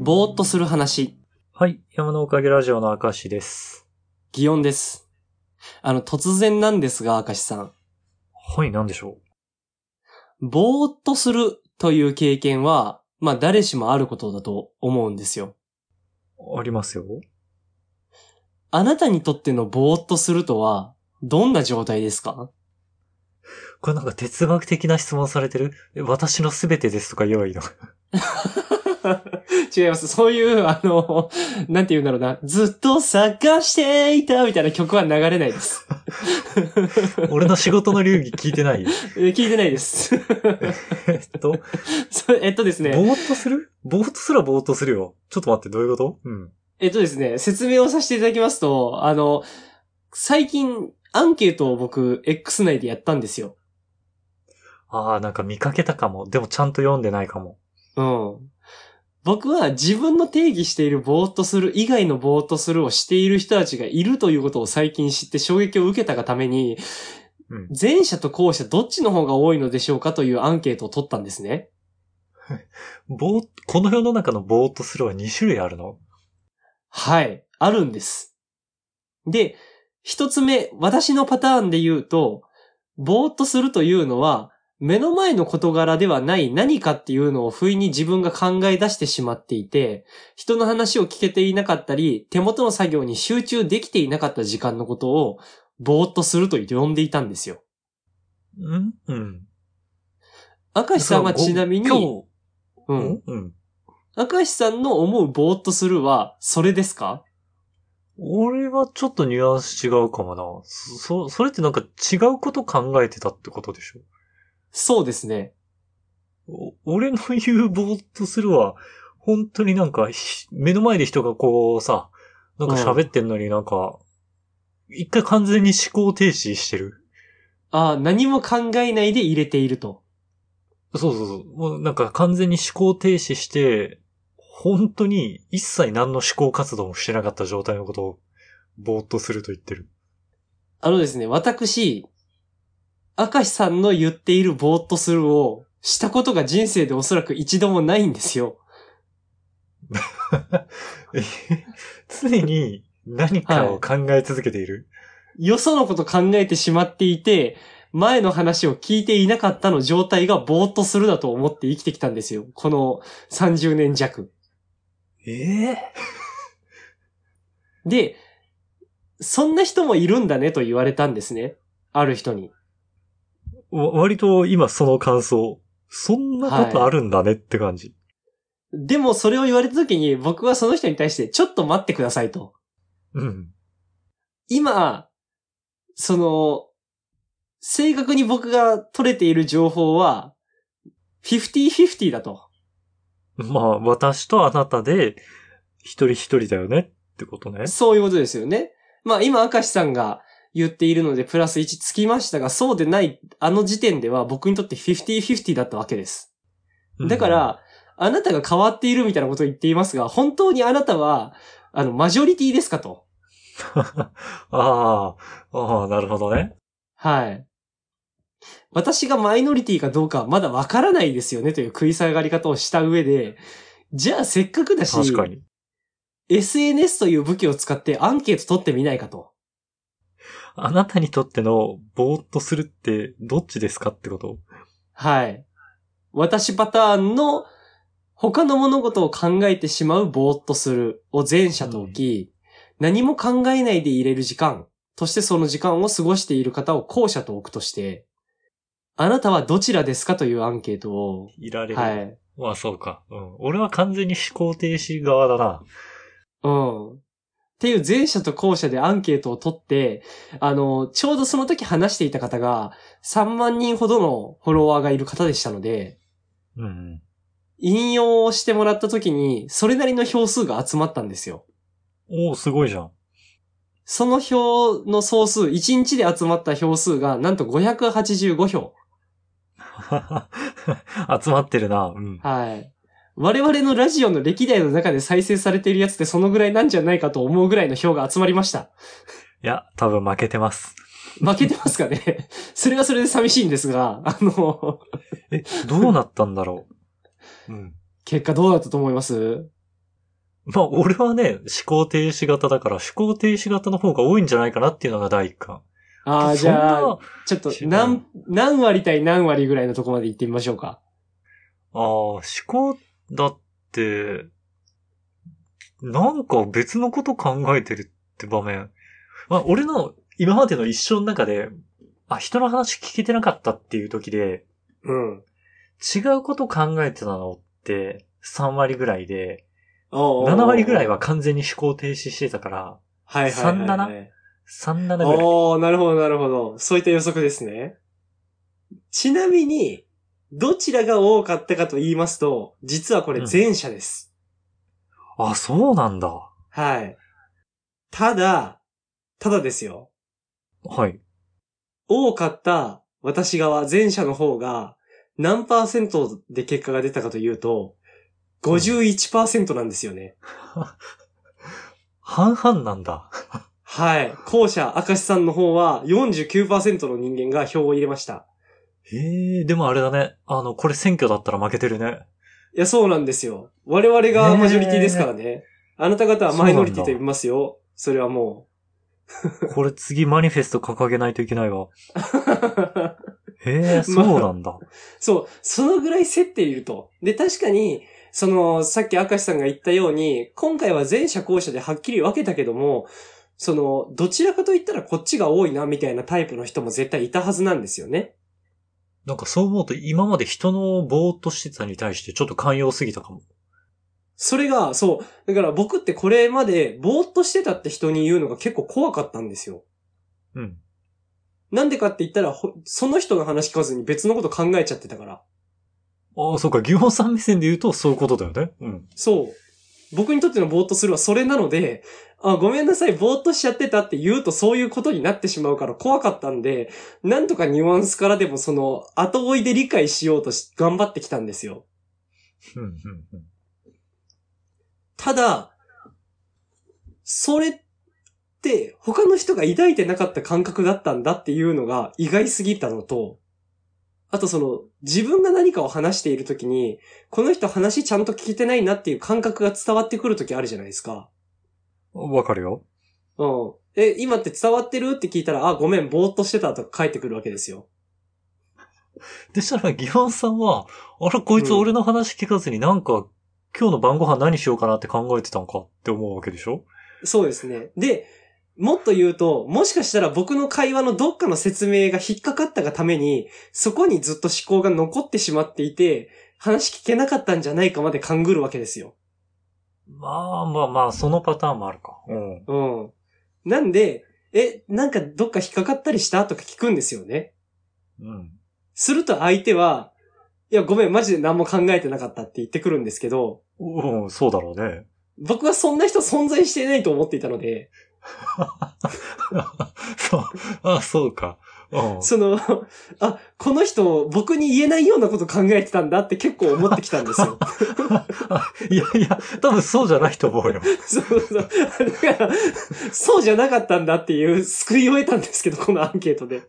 ぼーっとする話、はい。山のおかげラジオの明石です。祇園です。あの、突然なんですが、明石さん。はい、なんでしょぼーっとするという経験は、まあ誰しもあることだと思うんですよ。う。ありますよ。あなたにとってのぼーっとするとは、どんな状態ですかこれなんか哲学的な質問されてるえ私のすべてですとか言えばいいの 違います。そういう、あの、なんて言うんだろうな。ずっと探していたみたいな曲は流れない です。俺の仕事の流儀聞いてないよ。 え聞いてない です。えっと、そえっとですね。ぼーっとするぼーっとすらぼーっとするよ。ちょっと待って、どういうことうん。えっとですね。説明をさせていただきますと、あの、最近、アンケートを僕、X 内でやったんですよ。ああ、なんか見かけたかも。でもちゃんと読んでないかも。うん。僕は自分の定義しているぼーっとする以外のぼーっとするをしている人たちがいるということを最近知って衝撃を受けたがために、うん。前者と後者どっちの方が多いのでしょうかというアンケートを取ったんですね。ぼー、この世の中のぼーっとするは2種類あるのはい、あるんです。で、一つ目、私のパターンで言うと、ぼーっとするというのは、目の前の事柄ではない何かっていうのを不意に自分が考え出してしまっていて、人の話を聞けていなかったり、手元の作業に集中できていなかった時間のことを、ぼーっとすると呼んでいたんですよ。うんうん。明石さんはちなみ今に、日、う。うんんうん。明石さんの思うぼーっとするは、それですか俺はちょっとニュアンス違うかもな。そ、それってなんか違うこと考えてたってことでしょそうですね。お俺の言うぼーっとするは、本当になんかひ、目の前で人がこうさ、なんか喋ってんのになんか、一回完全に思考停止してる。ああ、何も考えないで入れていると。そうそうそう。もうなんか完全に思考停止して、本当に一切何の思考活動もしてなかった状態のことを、ぼーっとすると言ってる。あのですね、私、明石さんの言っているぼーっとするを、したことが人生でおそらく一度もないんですよ。 え常に何かを考え続けている。よそのこと考えてしまっていて、前の話を聞いていなかったの状態がぼーっとするだと思って生きてきたんですよ。この30年弱。ええで、そんな人もいるんだねと言われたんですね。ある人に。わ割と今その感想。そんなことあるんだねって感じ。でもそれを言われた時に僕はその人に対してちょっと待ってくださいと。うん。今、その、正確に僕が取れている情報は、50-50だと。まあ、私とあなたで、一人一人だよねってことね。そういうことですよね。まあ今、明石さんが言っているので、プラス1つきましたが、そうでない、あの時点では僕にとって50-50だったわけです。だから、あなたが変わっているみたいなことを言っていますが、本当にあなたは、あの、マジョリティですかと。うん、 ああ、ああ、なるほどね。はい。私がマイノリティかどうかはまだわからないですよねという食い下がり方をした上で、じゃあせっかくだし、確かに。 SNS という武器を使ってアンケート取ってみないかと。あなたにとっての、ぼーっとするって、どっちですかってことはい。私パターンの他の物事を考えてしまうぼーっとするを前者と置き、何も考えないで入れる時間としてその時間を過ごしている方を後者と置くとして、あなたはどちらですかというアンケートを、いられる。はい。まあ、そうか。うん。俺は完全に思考停止側だな。うん。っていう前者と後者でアンケートを取って、あの、ちょうどその時話していた方が3万人ほどのフォロワーがいる方でしたので、うん。引用をしてもらった時に、それなりの票数が集まったんですよ。おおすごいじゃん。その票の総数、1日で集まった票数がなんと585票。 集まってるな。うん。はい。我々のラジオの歴代の中で再生されているやつってそのぐらいなんじゃないかと思うぐらいの票が集まりました。いや、多分負けてます。負けてますかね それはそれで寂しいんですが、あの、え、どうなったんだろう。うん。結果どうだったと思いますまあ、俺はね、思考停止型だから、思考停止型の方が多いんじゃないかなっていうのが第一感。ああ、そじんなゃあ、ちょっと何、何割対何割ぐらいのとこまで行ってみましょうか。ああ、思考だって、なんか別のこと考えてるって場面。まあ、俺の今までの一生の中で、あ、人の話聞けてなかったっていう時で、うん。違うこと考えてたのって3割ぐらいで、おうおうおう7割ぐらいは、完全に思考停止してたから、はいはいはい、は37い。 37ぐらい。おー、なるほど、なるほど。そういった予測ですね。ちなみに、どちらが多かったかと言いますと、実はこれ前者です。あ、そうなんだ。ははい。ただ、ただですよ。い。多かった私側、前者の方が、何パーセントで結果が出たかというと、51%なんですよね。半々なんだ。はい。後者、明石さんの方は49%の人間が票を入れました。へえ、でもあれだね。あの、これ選挙だったら負けてるね。いや、そうなんですよ。我々がマジョリティですからね。あなた方はマイノリティと言いますよ。それはもこれ次マニフェスト掲げないといけないわ。う。 へえ、そうなんだ。そう、そのぐらい競っていると。で、確かに、その、さっき明石さんが言ったように、今回は前者後者ではっきり分けたけども、その、どちらかと言ったらこっちが多いな、みたいなタイプの人も絶対いたはずなんですよね。なんかそう思うと今まで人のぼーっとしてたに対してちょっと寛容すぎたかも。それが、そう。だから僕ってこれまで、ぼーっとしてたって人に言うのが結構怖かったんですよ。うん。なんでかって言ったら、ほその人の話聞かずに別のこと考えちゃってたから。ああ、そうか、疑問さん目線で言うとそういうことだよね。うん。そう。僕にとってのぼーっとするはそれなので、あ、ごめんなさい、ぼーっとしちゃってたって言うとそういうことになってしまうから怖かったんで、なんとかニュアンスからでもその、後追いで理解しようとし、頑張ってきたんですよ。うん、うん、うん。ただ、それって他の人が抱いてなかった感覚だったんだっていうのが意外すぎたのと、あとその自分が何かを話しているときに、この人話ちゃんと聞いてないなっていう感覚が伝わってくるときあるじゃないですか。わかるよ。うん。え、今って伝わってるって聞いたら、あ、ごめん、ぼーっとしてたとか返ってくるわけですよ。でしたら、疑問さんは、あら、こいつ俺の話聞かずになんか、今日の晩ご飯何しようかなって考えてたんかって思うわけでしょそうですね。で、もっと言うと、もしかしたら僕の会話のどっかの説明が引っかかったがために、そこにずっと思考が残ってしまっていて、話聞けなかったんじゃないかまで勘ぐるわけですよ。まあまあまあ、そのパターンもあるか。うん。うん。なんで、え、なんかどっか引っかかったりしたとか聞くんですよね。うん。すると相手は、いや、ごめん、マジで何も考えてなかったって言ってくるんですけど、うん、そうだろうね。 僕はそんな人存在していないと思っていたので、そう、あ、そうか。う ん。その、あ、この人、僕に言えないようなこと考えてたんだって結構思ってきたんですよ。いやいや、多分そうじゃないと思うよ。そうそう。 だから、そうじゃなかったんだっていう救いを得たんですけど、このアンケートで。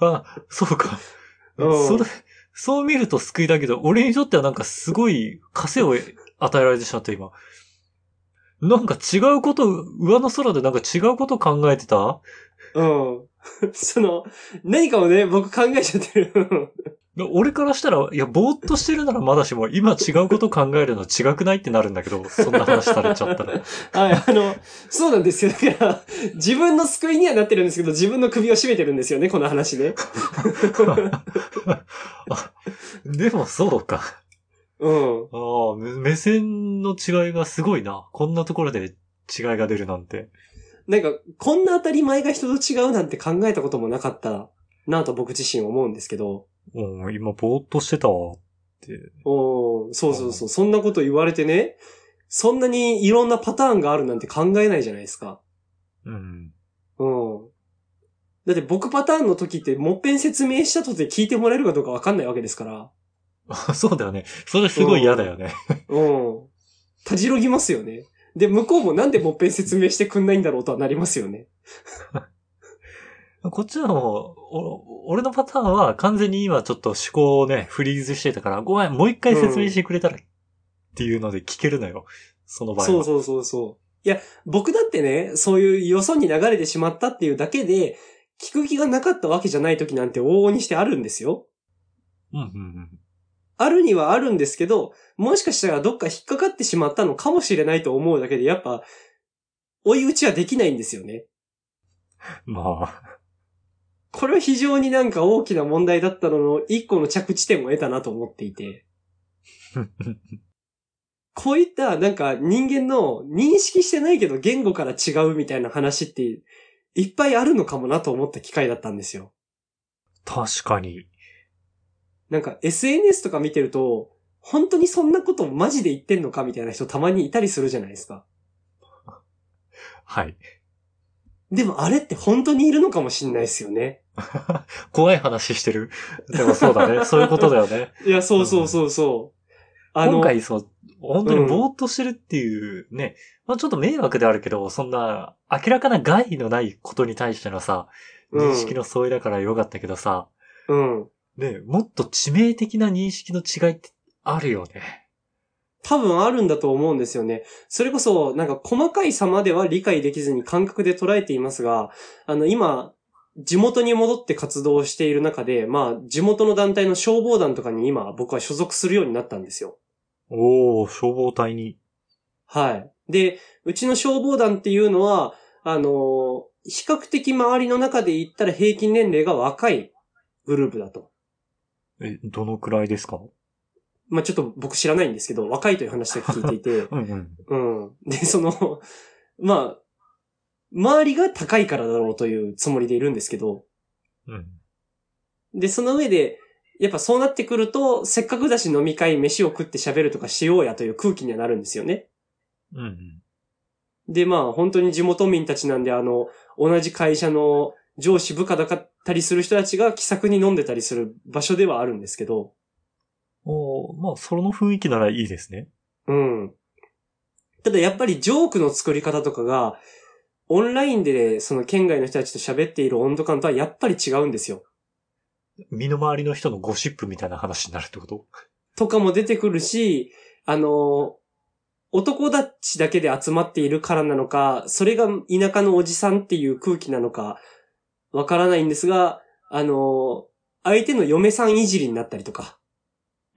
あ、そうか。うんそれ、そう見ると救いだけど、俺にとってはなんかすごい枷を与えられてしまった今。なんか違うこと、上の空でなんか違うこと考えてたうん。 その、何かをね、僕考えちゃってる。 俺からしたら、いや、ぼーっとしてるならまだしも、今違うこと考えるの違くないってなるんだけど、そんな話されち ゃったら。はい、あの、そうなんですよ。だから、自分の救いにはなってるんですけど、自分の首を絞めてるんですよ ね、この話ね。あでもそうか。うん。ああ、め目線の違いがすごいな。こんなところで違いが出るなんて。なんか、こんな当たり前が人と違うなんて考えたこともなかったなぁと僕自身思うんですけど。うん、今ぼーっとしてたわ。って。おーそうそうそう。そんなこと言われてね、そんなにいろんなパターンがあるなんて考えないじゃないですか。うん。 うん。だって僕パターンの時ってもっぺん説明したとて聞いてもらえるかどうかわかんないわけですから。そうだよね。それすごい嫌だよね。うん。たじろぎますよね。で、向こうもなんでもっぺん説明してくんないんだろうとはなりますよね。こっちの方、お俺のパターンは完全に今ちょっと思考をね、フリーズしてたから、ごめん、もう一回説明してくれたらっていうので聞けるのよ。その場合は。そうそうそうそう。いや、僕だってね、そういうよそに流れてしまったっていうだけで、聞く気がなかったわけじゃない時なんて往々にしてあるんですよ。うんうんうん。あるにはあるんですけど、もしかしたらどっか引っかかってしまったのかもしれないと思うだけで、やっぱ、追い打ちはできないんですよね。まあ、これは非常になんか大きな問題だったのの一個の着地点を得たなと思っていて。こういったなんか人間の認識してないけど言語から違うみたいな話っていっぱいあるのかもなと思った機会だったんですよ。確かに。なんか SNS とか見てると、本当にそんなことマジで言ってんのかみたいな人たまにいたりするじゃないですか。はい。でもあれって本当にいるのかもしんないですよね。怖い話してる。でもそうだ ね。そういうことだよね。いや、そうそうそうそう。あ今の、回、そう、本当うにんぼーっとしてるっていうね、まあちょっと迷惑ではあるけど、そんな明らかな害のないことに対してのさ、うん認識の相違だからよかったけどさ、うん。ね、もっと致命的な認識の違いってあるよね。多分あるんだと思うんですよね。それこそ、なんか細かい差までは理解できずに感覚で捉えていますが、あの、今、地元に戻って活動をしている中で、まあ、地元の団体の消防団とかに今、僕は所属するようになったんですよ。おー、消防隊に。はい。で、うちの消防団っていうのは、あのー比較的周りの中で言ったら平均年齢が若いグループだと。え、どのくらいですか、まあ、ちょっと僕知らないんですけど、若いという話を聞いていて うんうん。うん。で、その、 まあ、周りが高いからだろうというつもりでいるんですけど、うん。で、その上で、やっぱそうなってくると、せっかくだし飲み会、飯を食って喋るとかしようやという空気にはなるんですよね。うんうん。で、まあ、本当に地元民たちなんで、あの、同じ会社の上司部下だったりする人たちが気さくに飲んでたりする場所ではあるんですけど、おー、まあその雰囲気ならいいですね。うん。ただやっぱりジョークの作り方とかが、オンラインでその県外の人たちと喋っている温度感とはやっぱり違うんですよ。身の回りの人のゴシップみたいな話になるってこととかも出てくるし、あの、男たちだけで集まっているからなのか、それが田舎のおじさんっていう空気なのか、わからないんですが、あの、相手の嫁さんいじりになったりとか、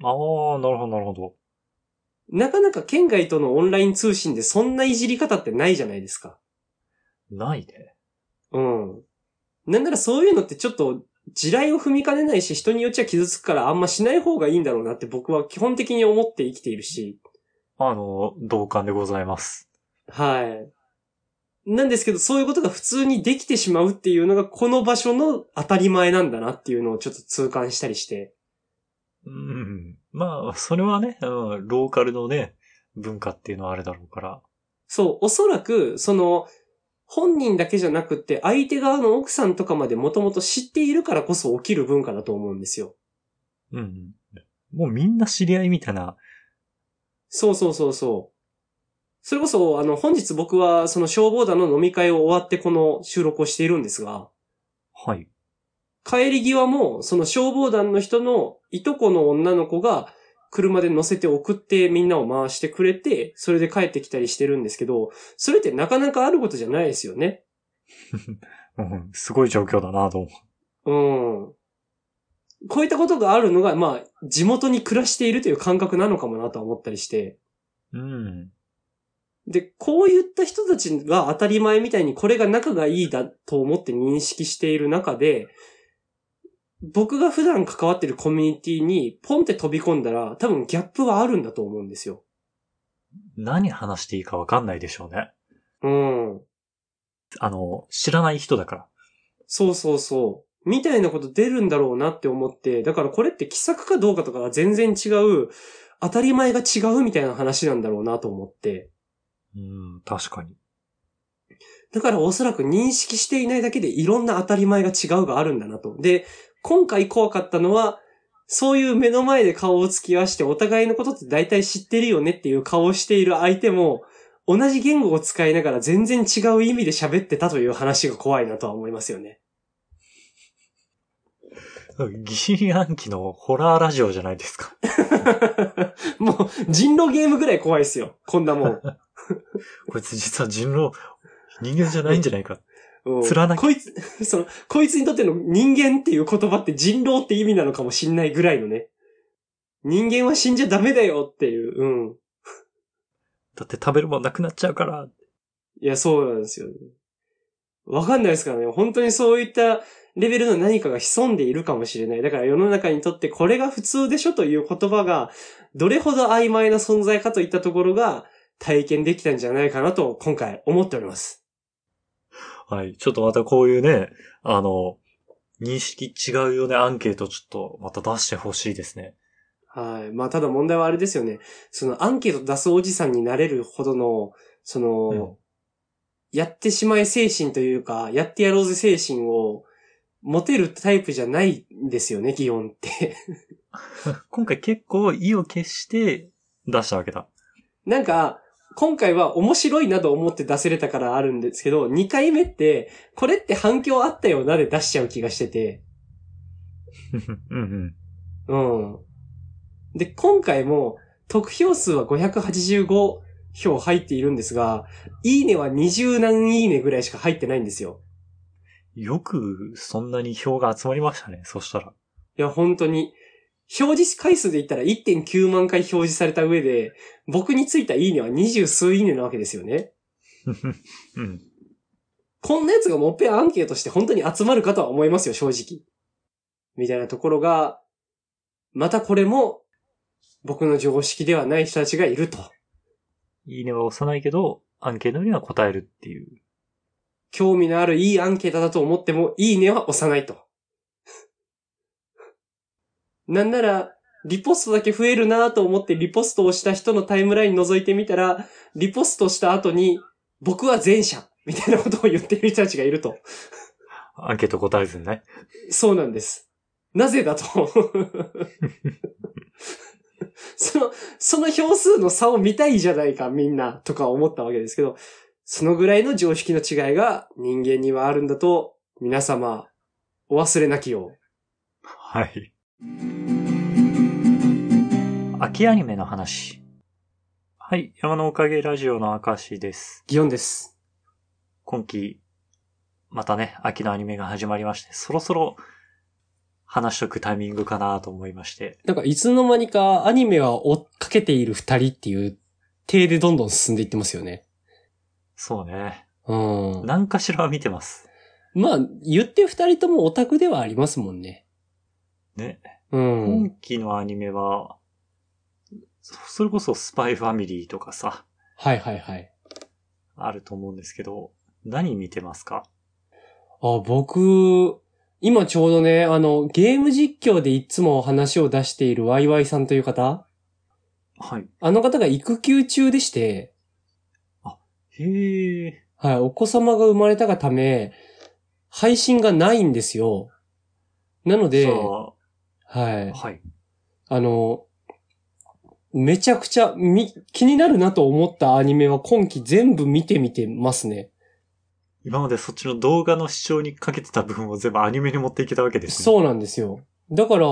あー、なるほどなるほど。なかなか県外とのオンライン通信でそんないじり方ってないじゃないですか。ないね。うん。なんならそういうのってちょっと、地雷を踏みかねないし、人によっちゃ傷つくからあんましない方がいいんだろうなって僕は基本的に思って生きているし。あの、同感でございます。はい。なんですけど、そういうことが普通にできてしまうっていうのが、この場所の当たり前なんだなっていうのをちょっと痛感したりして。うん。まあ、それはね、うん、ローカルのね、文化っていうのはあれだろうから。そう、おそらく、その、本人だけじゃなくって、相手側の奥さんとかまでもともと知っているからこそ起きる文化だと思うんですよ。うん。もうみんな知り合いみたいな。そうそうそうそう。それこそ、あの、本日僕は、その消防団の飲み会を終わってこの収録をしているんですが、はい。帰り際も、その消防団の人のいとこの女の子が、車で乗せて送ってみんなを回してくれて、それで帰ってきたりしてるんですけど、それってなかなかあることじゃないですよね。うん、すごい状況だなと思うん。こういったことがあるのが、まあ、地元に暮らしているという感覚なのかもなとは思ったりして。う。うん。で、こういった人たちが当たり前みたいにこれが仲がいいだと思って認識している中で、僕が普段関わってるコミュニティにポンって飛び込んだら多分ギャップはあるんだと思うんですよ。何話していいかわかんないでしょうね。うん。あの、知らない人だから。そうそうそう。みたいなこと出るんだろうなって思って、だからこれって奇策かどうかとかは全然違う、当たり前が違うみたいな話なんだろうなと思って。うん、確かに。だからおそらく認識していないだけでいろんな当たり前が違うがあるんだなと。で、今回怖かったのは、そういう目の前で顔を突き合わせてお互いのことって大体知ってるよねっていう顔をしている相手も、同じ言語を使いながら全然違う意味で喋ってたという話が怖いなとは思いますよね。疑心暗鬼のホラーラジオじゃないですか。 もう、人狼ゲームぐらい怖いですよ。こんなもん。こいつ実は人狼、人間じゃないんじゃないか。うん貫きこいつ、 その、こいつにとっての人間っていう言葉って人狼って意味なのかもしんないぐらいのね。人間は死んじゃダメだよっていう、うん。だって食べるもんなくなっちゃうから。いや、そうなんですよね。わかんないですからね。本当にそういったレベルの何かが潜んでいるかもしれない。だから世の中にとってこれが普通でしょという言葉が、どれほど曖昧な存在かといったところが体験できたんじゃないかなと今回思っております。はい。ちょっとまたこういうね、あの、認識違うよね、アンケートちょっとまた出してほしいですね。はい。まあ、ただ問題はあれですよね。そのアンケート出すおじさんになれるほどの、その、うんやってしまい精神というか、やってやろうぜ精神を持てるタイプじゃないんですよね、基本って。 今回結構意を決して出したわけだ。なんか、今回は面白いなと思って出せれたからあるんですけど、2回目って、これって反響あったよなで出しちゃう気がしてて。うんうん。うん。で、今回も、得票数は585票入っているんですが、いいねは20何いいねぐらいしか入ってないんですよ。よくそんなに票が集まりましたね、そしたら。いや、本当に。表示回数で言ったら1.9万回表示された上で、僕についたいいねは20数いいねなわけですよね。うん。こんなやつがもっぺんアンケートして本当に集まるかとは思いますよ、正直。みたいなところが、またこれも、僕の常識ではない人たちがいると。いいねは押さないけど、アンケートには答えるっていう。興味のあるいいアンケートだと思っても、いいねは押さないと。 なんなら、リポストだけ増えるなと思ってリポストをした人のタイムライン覗いてみたら、リポストした後に、僕は前者みたいなことを言ってる人たちがいると。アンケート答えずにね。そうなんです。なぜだ と。その、その票数の差を見たいじゃないか、みんな、とか思ったわけですけど、そのぐらいの常識の違いが人間にはあるんだと、皆様、お忘れなきよう。はい。秋アニメの話。はい、山のおかげラジオの証です。ギオンです。今期、またね、秋のアニメが始まりまして、そろそろ話しとくタイミングかなと思いまして。なんか、いつの間にかアニメは追っかけている二人っていう、体でどんどん進んでいってますよね。そうね。うん。何かしらは見てます。まあ、言って二人ともオタクではありますもんね。ね。うん。今期のアニメは、そそれこそスパイファミリーとかさ、はいはいはい。あると思うんですけど、何見てますかあ、僕、今ちょうどね、あの、ゲーム実況でいつも話を出しているワイワイさんという方はい。あの方が育休中でして、へえ。はい、お子様が生まれたがため、配信がないんですよ。なのでさ、あはい。はい。あの、めちゃくちゃみ気になるなと思ったアニメは今期全部見てみてますね。今までそっちの動画の視聴にかけてた部分を全部アニメに持っていけたわけですね。う。そうなんですよ。だから、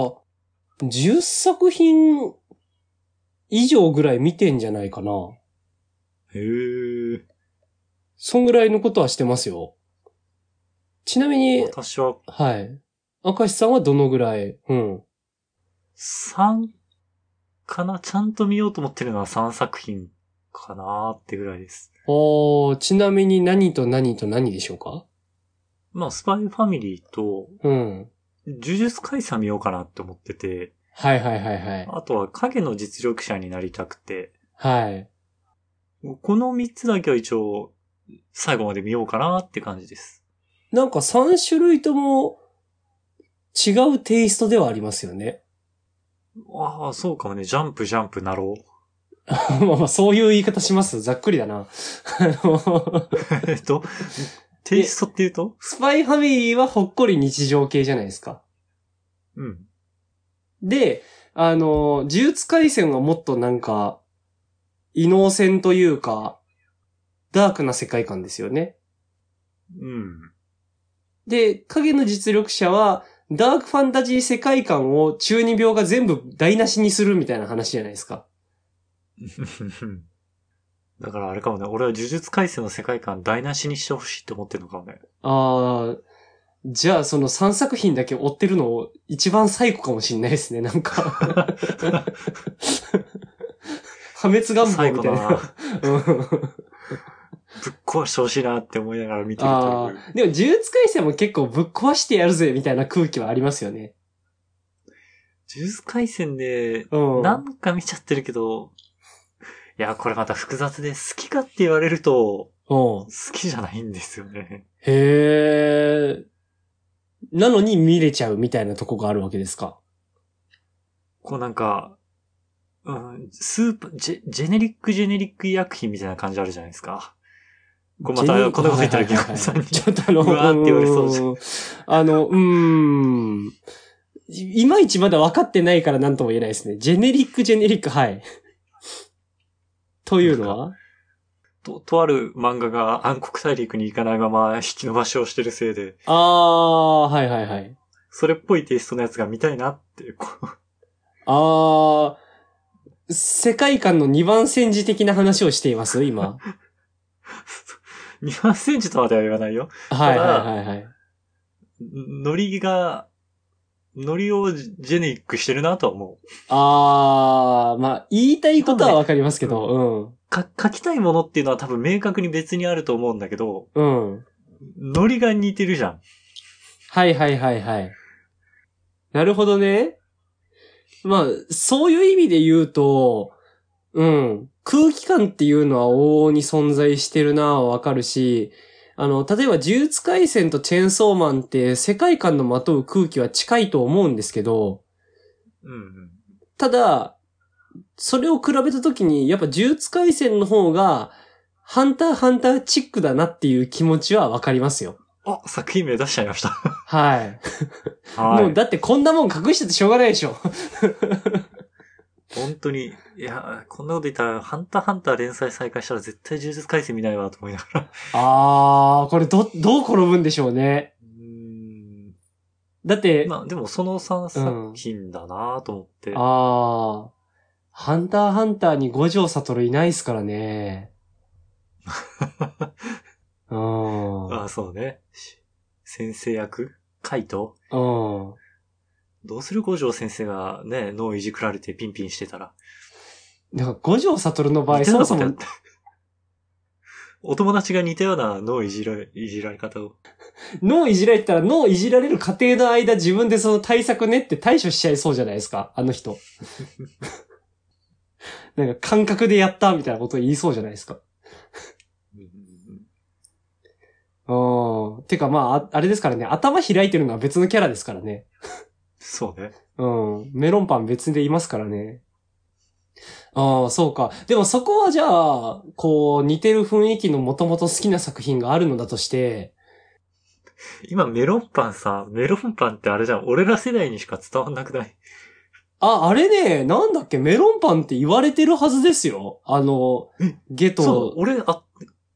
10作品以上ぐらい見てんじゃないかな。へえ。そんぐらいのことはしてますよ。ちなみに、私ははい。明石さんはどのぐらいうん。 3かなちゃんと見ようと思ってるのは3作品かなってぐらいです。おー、ちなみに何と何と何でしょうかまあ、スパイファミリーと、うん。呪術回戦見ようかなって思ってて、はいはいはいはい。あとは影の実力者になりたくて、はい。この3つだけは一応、最後まで見ようかなって感じです。なんか3種類とも違うテイストではありますよね。 ああ、そうかもね。ジャンプ、ジャンプなろう。まあまあ、そういう言い方します。ざっくりだな。あのえっ と、テイストって言うとスパイファミリーはほっこり日常系じゃないですか。うん。で、あの、呪術回戦はもっとなんか、異能戦というか、ダークな世界観ですよね。うん。で、影の実力者は、ダークファンタジー世界観を中二病が全部台無しにするみたいな話じゃないですか。 だからあれかもね、俺は呪術改正の世界観台無しにしてほしいって思ってるのかもね。ああ、じゃあその3作品だけ追ってるの一番最古かもしんないですね、なんか。 破滅願望最み後たいだな。な。うんぶっ壊してほしいなって思いながら見てるあとあいう。、 でも呪術改正も結構ぶっ壊してやるぜみたいな空気はありますよね。呪術回戦で、うん。なんか見ちゃってるけど、いや、これまた複雑で、好きかって言われると、うん好。きじゃないんですよね。へえ。なのに見れちゃうみたいなとこがあるわけですか。こうなんか、うん、スーパー、ジェ、ジェネリックジェネリック医薬品みたいな感じあるじゃないですか。これまジェネた、リこんなこと言ったら、ギはいはャいンはいさんに。ちょっとあの、うわーって言われそうじゃんん。あの、うーん。いいまいちまだ分かってないから何とも言えないですね。ジェネリック、ジェネリック、はい。というのはと、とある漫画が暗黒大陸に行かないまま引き延ばしをしてるせいで、ああー、はいはいはい。それっぽいテイストのやつが見たいなって、こうああ、世界観の二番煎じ的な話をしています 今。 2万センチとまでは言わないよ。はいはいはいはい。ノリが、ノリをジェネリックしてるなとは思う。ああ、まあ、言いたいことはわかりますけど、か、書きたいものっていうのは多分明確に別にあると思うんだけど、うん。うん。ノリが似てるじゃん。はいはいはいはい。なるほどね。まあ、そういう意味で言うと、うん、空気感っていうのは往々に存在してるなぁはわかるし、あの、例えば呪術廻戦とチェーンソーマンって世界観のまとう空気は近いと思うんですけど、うんうん。ただ、それを比べたときに、やっぱ呪術廻戦の方が、ハンターハンターチックだなっていう気持ちはわかりますよ。あ、作品名出しちゃいました。はい。 はもうい。だってこんなもん隠しててしょうがないでしょ。本当に、いや、こんなこと言ったら、ハンターハンター連載再開したら絶対充実回戦見ないわと思いながら。 あー、これど、どう転ぶんでしょうね。うーん。だって、まあ、でもその3作品だなと思って。あー、ハンターハンターに五条悟いないっすから ね。うん。うん。あ、そうね。し先生役カイトどうする五条先生がね、脳いじくられてピンピンしてたら。なんか五条悟の場合、似たそようもなそことやもって お友達が似たような脳いじられ、いじられ方を。脳いじられてたら脳いじられる過程の間自分でその対策ねって対処しちゃいそうじゃないですか、あの人。 なんか感覚でやったみたいなこと言いそうじゃないですか。うん。てかまああ、あれですからね、頭開いてるのは別のキャラですからね。そうね。うん。メロンパン別でいますからね。ああ、そうか。でもそこはじゃあ、こう、似てる雰囲気のもともと好きな作品があるのだとして、今メロンパンさ、メロンパンってあれじゃん。俺ら世代にしか伝わんなくない。あ、あれね、なんだっけ、メロンパンって言われてるはずですよ。あのえ、ゲそト。う、俺、あ、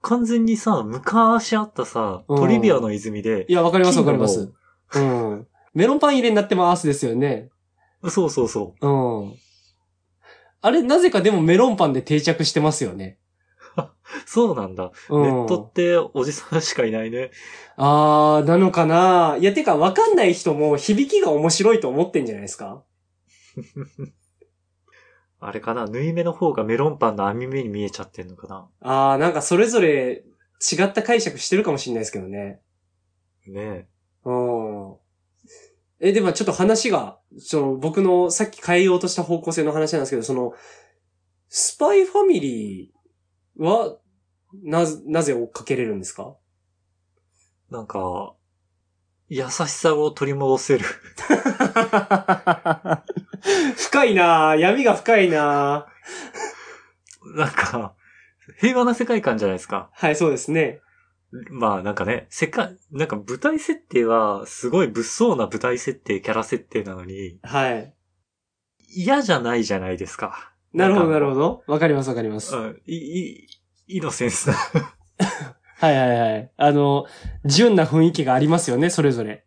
完全にさ、昔あったさ、うんトリビアの泉で、いや、わかりますわかりまキンす。うん。メロンパン入れになってますですよね。そうそうそうん。あれ、なぜかでもメロンパンで定着してますよね。う。そうなんだ。うん、ネットっておじさんしかいないね。あー、なのかないや、てか、わかんない人も響きが面白いと思ってんじゃないですかあれかな縫い目の方がメロンパンの網目に見えちゃってんのかなあー、なんかそれぞれ違った解釈してるかもしれないですけどね。ねうん。え、でもちょっと話が、その僕のさっき変えようとした方向性の話なんですけど、その、スパイファミリーは、な、なぜ追っかけれるんです かえ。なんか、優しさを取り戻せる。 深いなぁ。闇が深いなぁ。なんか、平和な世界観じゃないですか。はい、そうですね。まあなんかね、世界、なんか舞台設定は、すごい物騒な舞台設定、キャラ設定なのに、はい。嫌じゃないじゃないですか。なるほど、なるほほど。わかります、わかります。はうん、いい、イノセンスいな。 はいはい。あの、純な雰囲気がありますよね、それぞれ。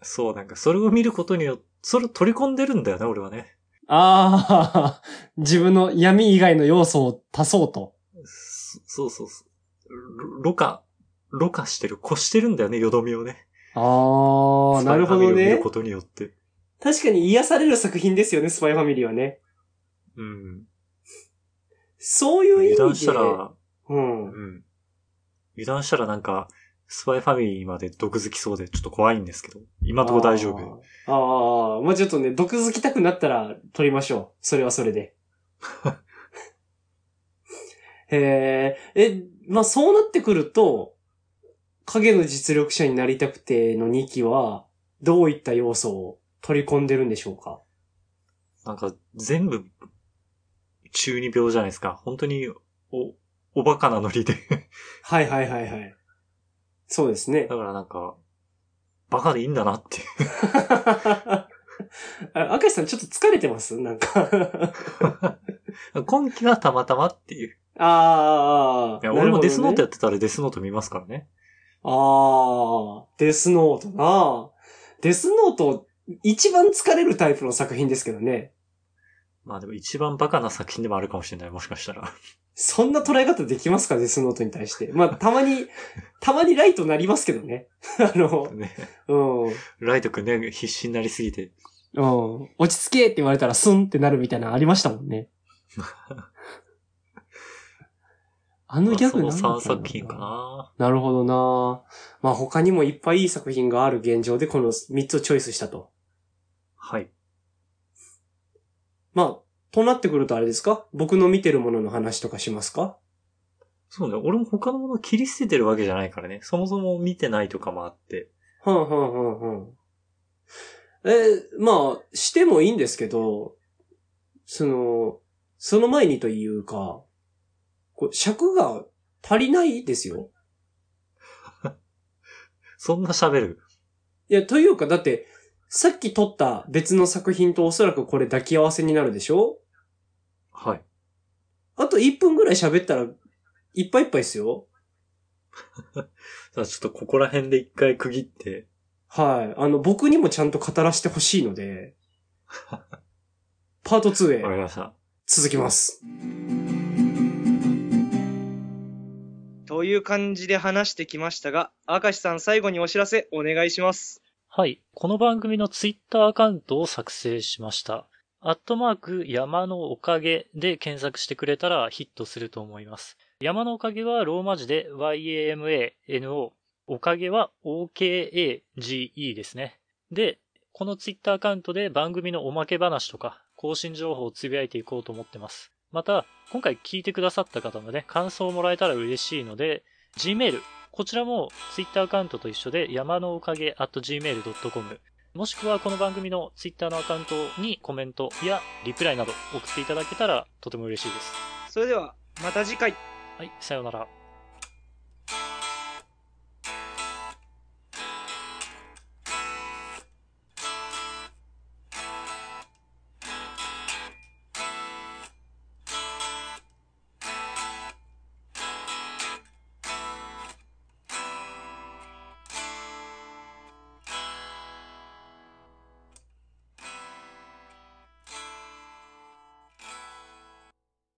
そう、なんかそれを見ることによって、それを取り込んでるんだよね、俺はね。ああ、自分の闇以外の要素を足そうと。そそうそうそう。ろろ過、ろ過してる、越してるんだよね、よどみをね。ああ、なるほスパイフどァミリーを見るねこ。とによって。確かに癒される作品ですよね、スパイファミリーはね。うん。そういう意味で。油断したら、うん。うん。油断したらなんか、スパイファミリーまで毒づきそうでちょっと怖いんですけど、今のところ大丈夫。あー。ああ、まあちょっとね、毒づきたくなったら撮りましょう。それはそれ で。へえ、え、まあそうなってくると、影の実力者になりたくての2期は、どういった要素を取り込んでるんでしょうかなんか、全部、中二病じゃないですか。本当に、お、おバカなノリで。 はいはいはいはい。そうですねだ。からなんか、バカでいいんだなって。 あ赤石さんちょっと疲れてますなんか 今期はたまたまっていう。ああ。いや、俺もデスノートやっってたらデスノート見ますからね。ああ。デスノートな。デスノート、一番疲れるタイプの作品ですけどね。まあでも一番バカな作品でもあるかもしれない、もしかし たら。そんな捉え方できますかデスノートに対して。まあ、たまに、 たまにライトなりますけどね。 あの、ね。うん。ライトくんね、必死になりすぎて。うん。落ち着けって言われたらスンってなるみたいなのありましたもん ね。あのまあギャそグの何だったんだ3ろう作品かな。なるほどなまあ他にもいっぱいいい作品がある現状でこの3つをチョイスしたと。はい。まあ、となってくるとあれですか僕の見てるものの話とかしますかそうね、俺も他のものを切り捨ててるわけじゃないからね。そもそも見てないとかもあって。はんはんはんはん。えーまあ、してもいいんですけど、その、その前にというか、こう尺が足りないですよ。そんな喋る。いや、というか、だって、さっき撮った別の作品とおそらくこれ抱き合わせになるでしょはい。あと1分ぐらい喋ったら、いっぱいいっぱいですよ。じゃあちょっとここら辺で一回区切って。はい。あの、僕にもちゃんと語らせてほしいので、パート2わかへりました。続きます。という感じで話してきましたが、明石さん最後にお知らせお願いします。はい。この番組のツイッターアカウントを作成しました。アットマーク山のおかげで検索してくれたらヒットすると思います。山のおかげはローマ字で YAMANO。おかげは OKAGE ですね。で、このツイッターアカウントで番組のおまけ話とか更新情報をつぶやいていこうと思ってます。また、今回聞いてくださった方のね、感想をもらえたら嬉しいので、Gmail、こちらも Twitter アカウントと一緒で山のおかげ at gmail.com もしくはこの番組の Twitter のアカウントにコメントやリプライなど送っていただけたらとても嬉しいです。それでは、また次回。はい、さようなら。